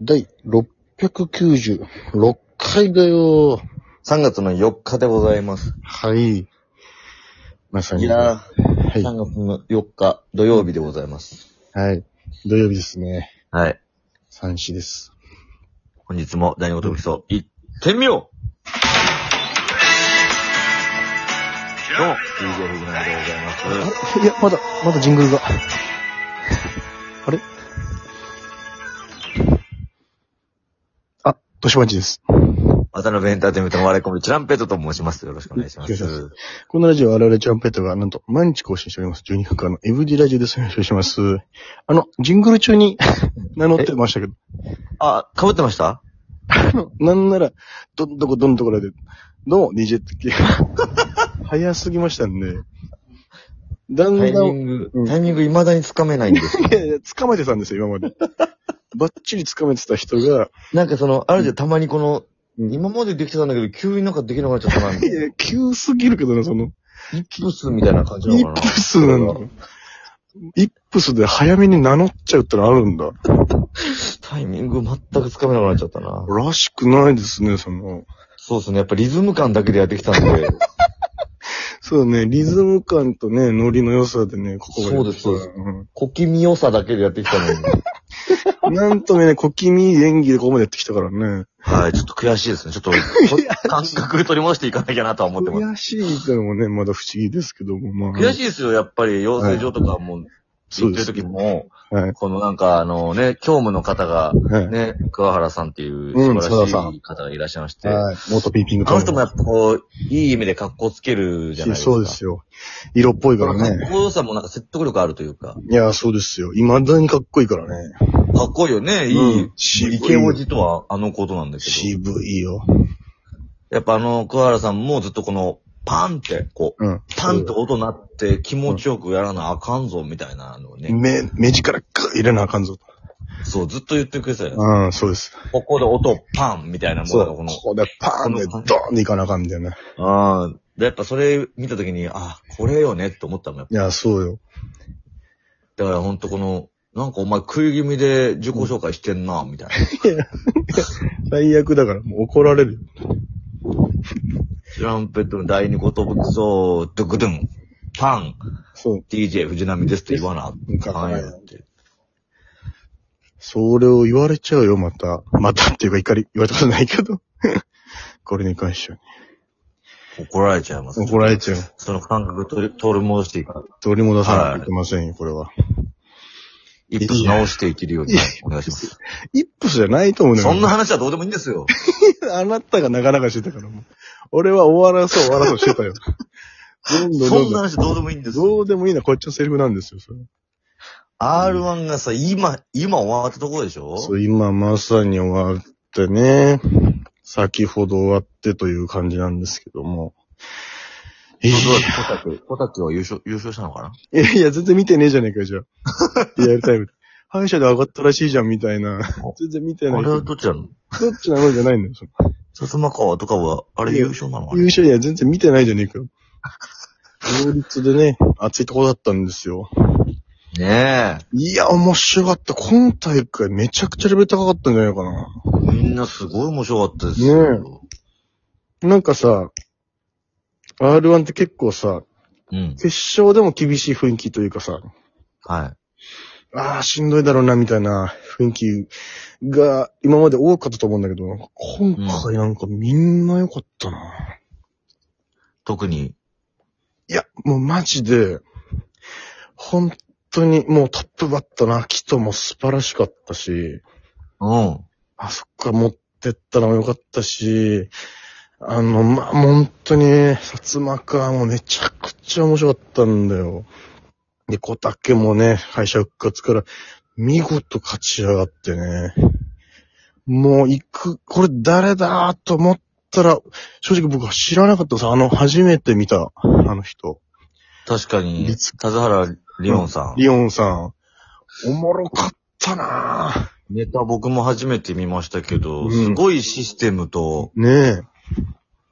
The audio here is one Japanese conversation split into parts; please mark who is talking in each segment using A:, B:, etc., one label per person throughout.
A: 第696回だよ。
B: 3月の4日でございます。
A: はい。まさに。
B: いやー、
A: はい
B: 3月の4日土曜日でございます。
A: はい。土曜日ですね。
B: はい。
A: 三四です。
B: 本日も第二言武器層、行ってみようどうも、DJ 藤波でございます。
A: いや、まだ、まだジングルが。 あれあ、としばんちです。
B: 渡辺エンターテインメントの割れ込み、チランペットと申します。よろしくお願いしま
A: よろしくお願
B: す。
A: このラジオは我々チャンペットがなんと毎日更新しております。12分間の MD ラジオです。お願いします。あの、ジングル中に 名乗ってましたけど、
B: あ、被ってました
A: なんなら、どんどこどんところで、どうも DJ って聞いて 早すぎましたんで、だん
B: タ
A: だ
B: イミ
A: ん、い
B: ング
A: うん、
B: タイミング未だにつかめないんですよ。
A: やいや、掴めてたんですよ、今まで。バッチリ掴めてた人が、
B: なんかその、あるじゃんたまにこの、
A: うん
B: 今までできてたんだけど、急になんかできなくなっちゃったな。
A: いや、急すぎるけどな、その、
B: 一歩数みたいな感じな
A: イ
B: の
A: ッ
B: か
A: プ
B: な
A: スなの。イップスで早めに名乗っちゃうってのあるんだ。
B: タイミング全くつかめなくなっちゃったな。
A: らしくないですね、その。
B: そうですね。やっぱリズム感だけでやってきたん で。
A: そうね、リズム感とね、ノリの良さでね、ここま
B: そうですそうです
A: うん
B: 小気味良さだけでやってきたのに。
A: なんともね、小気味いい演技でここまでやってきたからね。
B: はい、ちょっと 悔しいですね。ちょっと、感覚取り戻していかなきゃなとは思ってます。
A: 悔しいというのもね、まだ不思議ですけども、まあ。
B: 悔
A: い
B: しいですよ、やっぱり。養成所とかも、
A: そ
B: 行
A: う
B: っ
A: で
B: てる
A: す。
B: 時も、
A: はい。
B: このなんか、あのね、教務の方が、
A: はい。
B: ね、桑原さんっていう
A: う
B: 素
A: ん
B: 晴ら
A: そうださ
B: しい方がいらっしゃいまして、あ
A: はい。元ピーピング
B: の人もやっぱこう、いい意味で格好つけるじゃないですか。
A: そうですよ。色っぽいか
B: この
A: ら
B: 格
A: ね。
B: 好良さもなんか説得力あるというか、
A: いや、そうですよ。未だにかっこいいからね。
B: かっこいいよね、いい、
A: うん渋い
B: イケオジとはあのことなんだけど。
A: 渋いよ。
B: やっぱあの、桑原さんもずっとこの、パンって、こう、
A: うん。
B: パンって音鳴って気持ちよくやらなあかんぞ、みたいなのをね、
A: 目、目力ガー入れなあかんぞと。
B: そう、ずっと言ってくれてたよ。
A: うん、そうです。
B: ここで音パンみたいなも
A: そ
B: の
A: う。
B: がこ
A: こ
B: の、
A: こでパーンでド
B: この
A: ーンでいかなあかんみたいな。
B: ああ、でやっぱそれ見たときに、あ、これよねって思ったのよ。
A: いや、そうよ。
B: だからほんとこの、なんかお前食い気味で自己紹介してんな、み たいな。
A: 最悪だから、もう怒られるよ。
B: トランペットの第二言武器そう、ドゥクドゥン、パン、
A: そう。
B: DJ 藤波ですって言わな。
A: うんか
B: はいって。
A: それを言われちゃうよ、また。またっていうか、怒り、言われたことないけど。 これに関しては。
B: 怒られちゃいます。
A: 怒られちゃう。
B: その感覚取り、取り戻していく。
A: どれも出さないといけませんよ、これは。
B: 一歩直していけるようにお願いします。
A: イップスじゃないと思うね。
B: そんな話はどうでもいいんですよ。
A: あなたがなかなかしてたから、もう。俺は終わらそう、終わらそうして たよ。どんどん
B: そ
A: ど
B: ん
A: ん
B: な
A: どん。
B: 話どうでもいいんです
A: ど
B: よ。
A: うでもいいな、こっちのセリフなんですよ、それ。
B: R1 がさ、今、今終わったところでしょ
A: そう、今まさに終わってね、先ほど終わってという感じなんですけども。いや
B: どうだったコタク、コタクは優勝、優勝したのかない
A: やいや、全然見てねえじゃねえかよ、じゃ あ。リアルタイムで。歯医者で上がったらしいじゃん、みたいな。全然見てな
B: あ
A: い。
B: れ
A: ど
B: は
A: っ
B: どっちなの
A: ちなのじゃないのよ、その
B: 薩摩川とかは、あれ優勝なのか
A: 優
B: な
A: 勝には全然見てないじゃねえ かよ。両立でね、熱いとこだったんですよ。
B: ね
A: いや、面白かった。今大会めちゃくちゃレベル高かったんじゃないかな。
B: え。みんなすごい面白かったですよ。
A: なんかさ、R1 って結構さ、
B: うん。
A: 決勝でも厳しい雰囲気というかさ、
B: は
A: ああ、しんどいだろうな、みたいな雰囲気が今まで多かったと思うんだけど、今回なんかみんな良かったな。
B: い。特に、
A: いや、もうマジで、本当にもうトップバッターの秋とも素晴らしかったし、
B: うん。
A: あそこから持ってったのも良かったし、あの、まあ、本当に、薩摩川もめちゃくちゃ面白かったんだよ。で、小竹もね、敗者復活から見事勝ち上がってね。もう行く、これ誰だと思ったら、正直僕は知らなかったさ、あの、初めて見た、あの人。
B: 確かに、田津原リオンさん。
A: リオンさん。おもろかったなぁ。
B: ネタ僕も初めて見ましたけど、
A: うん
B: すごいシステムと、
A: ね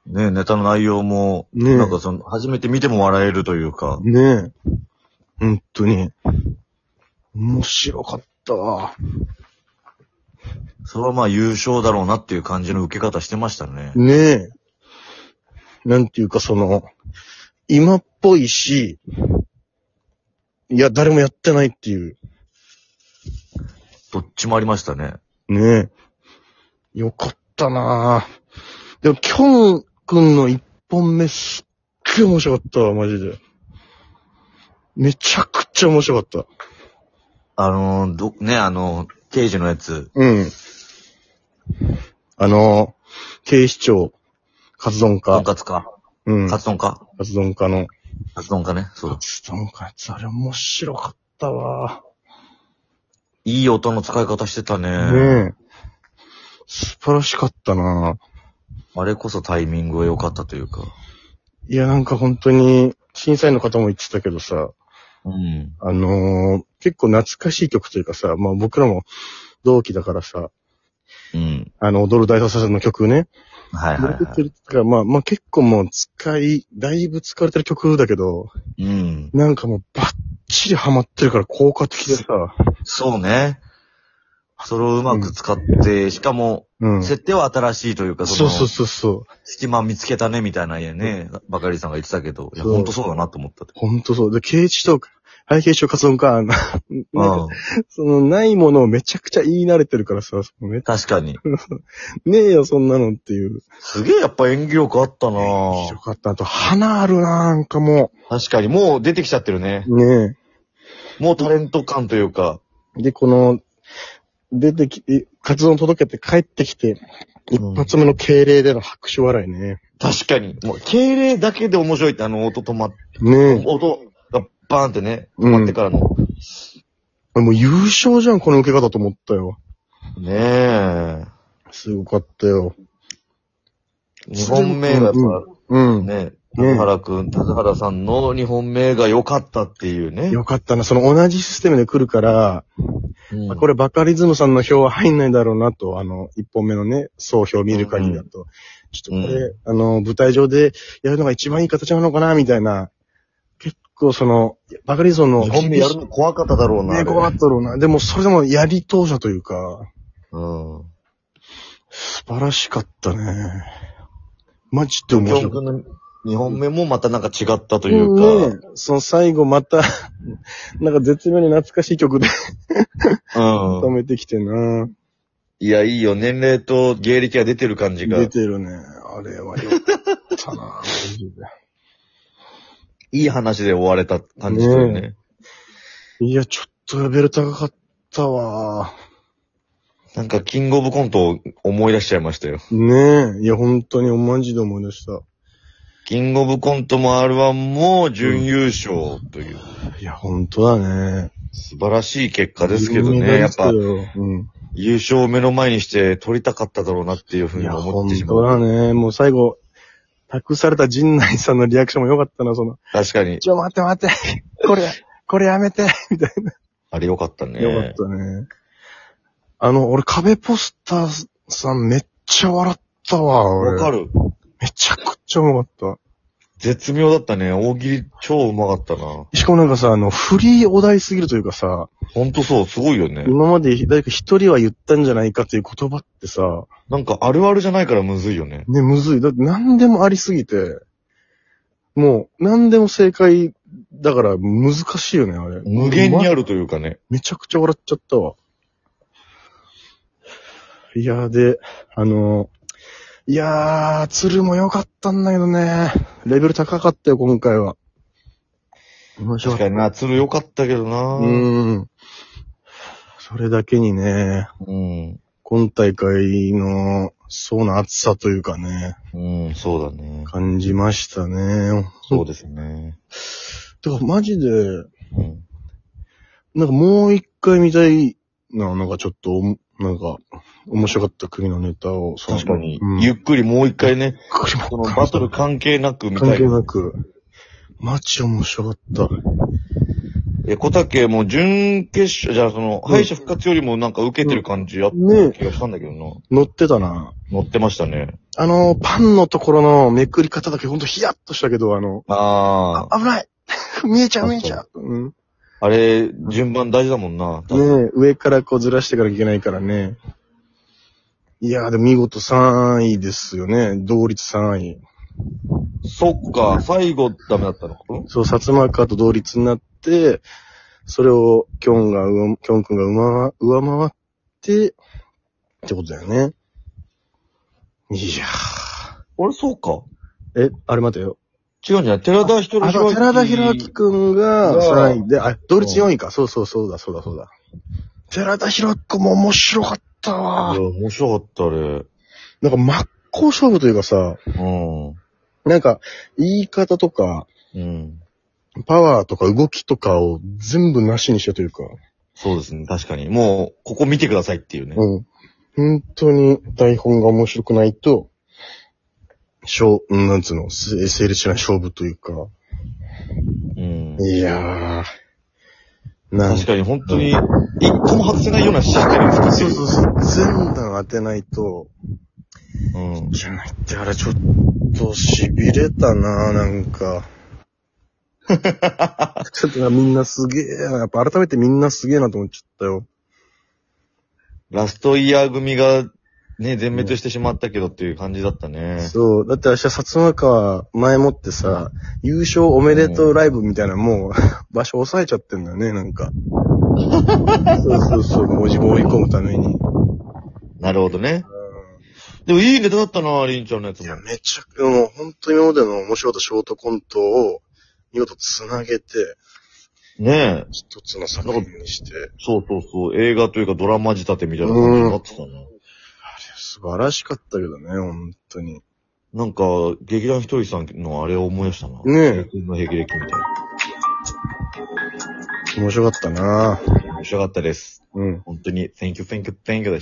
B: ね、ネタの内容も、
A: え。ねえ。
B: なんかその、初めて見ても笑えるというか、
A: ねえ。本当に。面白かったわ。
B: それはまあ優勝だろうなっていう感じの受け方してましたね。
A: ねえ。なんていうかその、今っぽいし、いや、誰もやってないっていう。
B: どっちもありましたね。
A: ねえ。よかったなぁ。でも、きょんくんの一本目すっげえ面白かったわ、マジで。めちゃくちゃ面白かった。
B: あのー、ど、ね、あのー、刑事のやつ。
A: うん。あの、警視庁、カツ丼
B: と
A: か。
B: んかつか。
A: うん。
B: カ
A: カ
B: ツ丼か
A: ツ丼かの。
B: カツ丼かね。そうだ。
A: カツ丼かやつ、あれ面白かったわ。
B: いい音の使い方してたね。
A: ねえ。素晴らしかったな
B: あれこそタイミングが良かったというか。
A: いや、なんか本当に、審査員の方も言ってたけどさ、
B: うん。
A: あのー結構懐かしい曲というかさ、まあ僕らも同期だからさ、
B: うん。
A: あの、踊る大捜査線の曲ね。
B: はいはい
A: 踊っ
B: は
A: てるってかまあ、まあ結構もう使い、だいぶ使われてる曲だけど、
B: い。うん。
A: なんかもうバッチリハマってるから効果的でさ、
B: そうね。それをうまく使って、しかも、
A: うん。そ
B: 設定は新しいというか、
A: う
B: その、
A: そうそうそう。
B: 隙間見つけたね、みたいな家ね、バカリさんが言ってたけど、いや、
A: そう
B: ほんとそうだなと思った。
A: ほんとそう。で、刑事と、はい、刑事とカツ丼か、あのなんか
B: うん。
A: その、ないものをめちゃくちゃ言い慣れてるからさ、め
B: 確かに。
A: ねえよ、そんなのっていう。
B: すげえやっぱ演技力あったな
A: 面白かった。あと、花あるな、なんかも
B: 確かに、もう出てきちゃってるね。
A: う。ね
B: もうタレント感というか。
A: え。で、この、出てき、えカツ丼届けて帰ってきて、一
B: うん
A: 発目の敬礼での拍手笑いね。
B: 確かに。もう、敬礼だけで面白いって、あの、音止まっ、
A: ね
B: 音がバーンってね、
A: うん
B: 止まってからの。
A: え。もう優勝じゃん、この受け方と思ったよ。
B: ね
A: すごかったよ。
B: え。2本目がやっ
A: う
B: ぱ、
A: ん。
B: ね、
A: うん
B: 高原くん、高原さんの2本目が良かったっていうね。
A: よかったな。その同じシステムで来るから、
B: うん
A: あこれバカリズムさんの票は入んないだろうなと、あの、一本目のね、総票見る限りだと。ちょっとこれ、
B: う
A: あの、舞台上でやるのが一番いい形なのかな、みたいな。結構その、バカリズムの
B: 2本目やるの怖かっただろうな。あ
A: ね、
B: れ
A: 怖かったろうな。でも、それでもやり当者というか、
B: うん。
A: 素晴らしかったね。マジで面
B: 東京
A: 白かっ
B: 君の2本目もまたなんか違ったと
A: た。
B: いうか、
A: ね、その最後また、なんか絶妙に懐かしい曲で
B: う
A: 止
B: ん。
A: めてきてな。
B: いや、いいよ。年齢と芸歴が出てる感じが。
A: 出
B: い
A: てるね。あれはよかったな。マ ジで
B: い話で終われた感じするね。
A: いや、ちょっとレベル高かったわ。
B: なんか、キングオブコントを思い出しちゃいましたよ。
A: ねえ。いや、本当にマジで思い出した。
B: キングオブコントも R1 も準優勝という、
A: いや、本当だね。
B: 素晴らしい結果ですけど
A: 銀メダ
B: ね。
A: リ
B: やっ
A: スト
B: ぱ、
A: ようん。
B: 優勝を目の前にして取りたかっただろうなっていうふう
A: い
B: に
A: や、
B: 思っ
A: 本
B: てしま
A: 当
B: う。
A: だね。もう最後、託された陣内さんのリアクションも良かったな、その、
B: 確かに、
A: ちょ、待って待って。これ、これや めて。みたい
B: あれ良かったね。
A: な。よかったね。あの、俺、壁ポスターさんめっちゃ笑ったわ、俺。
B: わかる。
A: めちゃくちゃうまかった。
B: 絶妙だったね。大喜利超うまかったな。
A: しかもなんかさ、あの、フリーお題すぎるというかさ、
B: ほんとそう、すごいよね。
A: 今まで誰か一人は言ったんじゃないかっていう言葉ってさ、
B: なんかあるあるじゃないからむずいよね。
A: ね、むずい。だって何でもありすぎて、もう何でも正解だから難しいよね、あれ。
B: 無限に
A: ま
B: あるというかね。
A: めちゃくちゃ笑っちゃったわ。いやーで、あのー、いやー、鶴も良かったんだけどね。レベル高かったよ、今回は。面白
B: 確
A: かっ
B: かにな、鶴良かったけどな。
A: た。うーん。それだけにね、
B: うん。
A: 今大会の層の厚さというかね、
B: うん、そうだね。
A: 感じましたね。
B: そうですね。
A: てか、マジで、
B: うん。
A: なんかもう一回見たいな、なんかちょっとおも、なんか、面白かった国のネタを、その
B: 確かに
A: うん、
B: ゆっくりもう一回ね、
A: くり
B: このバトル
A: 関
B: 関係なくみたい
A: 係
B: な。
A: なく、マジ面白かった。
B: え、小竹も準決勝、じゃあその、
A: うん
B: 敗者復活よりもなんか受けてる感じあった
A: ね
B: 気がしたんだけどな。
A: 乗ってたな。
B: 乗ってましたね。
A: あの、パンのところのめくり方だけほんとヒヤッとしたけど、あの、
B: ああ。
A: 危ない 見えちゃう見えちゃう、うん、ね
B: あれ、順番大事だもんな。
A: え上からこうずらしていかなきゃいけないからね。いやーでも見事3位ですよね。同率3位。
B: そっか、最後ダメだったの
A: そう、薩摩川と同率になって、それをキョンが上、キョン君が上回上回って、ってことだよね。いや
B: 俺そうか。
A: ーえ、あれ待てよ。
B: 違うんじゃない寺田ひと
A: あ
B: り
A: の、寺田博明くんが
B: が
A: 3位で、あ、同率4位か。そうそうそうだ、そうだ、そうだ。寺田博明くんも面白かった
B: い
A: わ
B: や、。面白かった、あれ。うん。
A: なんか真っ向勝負というかさ、なんか、言い方とか、
B: うん。
A: パワーとか動きとかを全部なしにしたというか、
B: そうですね、確かに。もう、ここ見てくださいっていうね。
A: うん。本当に台本が面白くないと、勝、なんつうの、せ成立しない勝負というか、
B: うん。
A: いやー、なん
B: 確かに本当に、一個も外せないようなシステム作って
A: そ
B: る。
A: うそうそう、全段当てないと、
B: うん。
A: じゃないって、あれちょっと痺れたななんか。 ちょっとなみんなすげえな。やっぱ改めてみんなすげえなと思っちゃったよ。
B: ラストイヤー組が、ね、全滅してしまったけどっていう感じだったね。
A: そう。だって明日、薩摩川前もってさ、優勝おめでとうライブみたいな、もう、 場所抑えちゃってんだよね、なんか。そうそうそう、もう自分を追い込むために。
B: なるほどね。でもいいネタだったな、りんちゃんのやつ
A: い
B: も
A: や、。めちゃく、もう本当に今までの面白かったショートコントを、見事繋げて、
B: ねえ。
A: 一つの作品にして、
B: そうそうそう。映画というかドラマ仕立てみたいな感じになってたな。
A: 素晴らしかったけどね、本当に。
B: なんか、劇団ひとりさんのあれを思い出した
A: ね
B: な。
A: え
B: 平均の霹靂みたいな。
A: 面白かったな
B: 面白かったです。
A: うん。
B: 本当に、thank you, thank you, thank you でした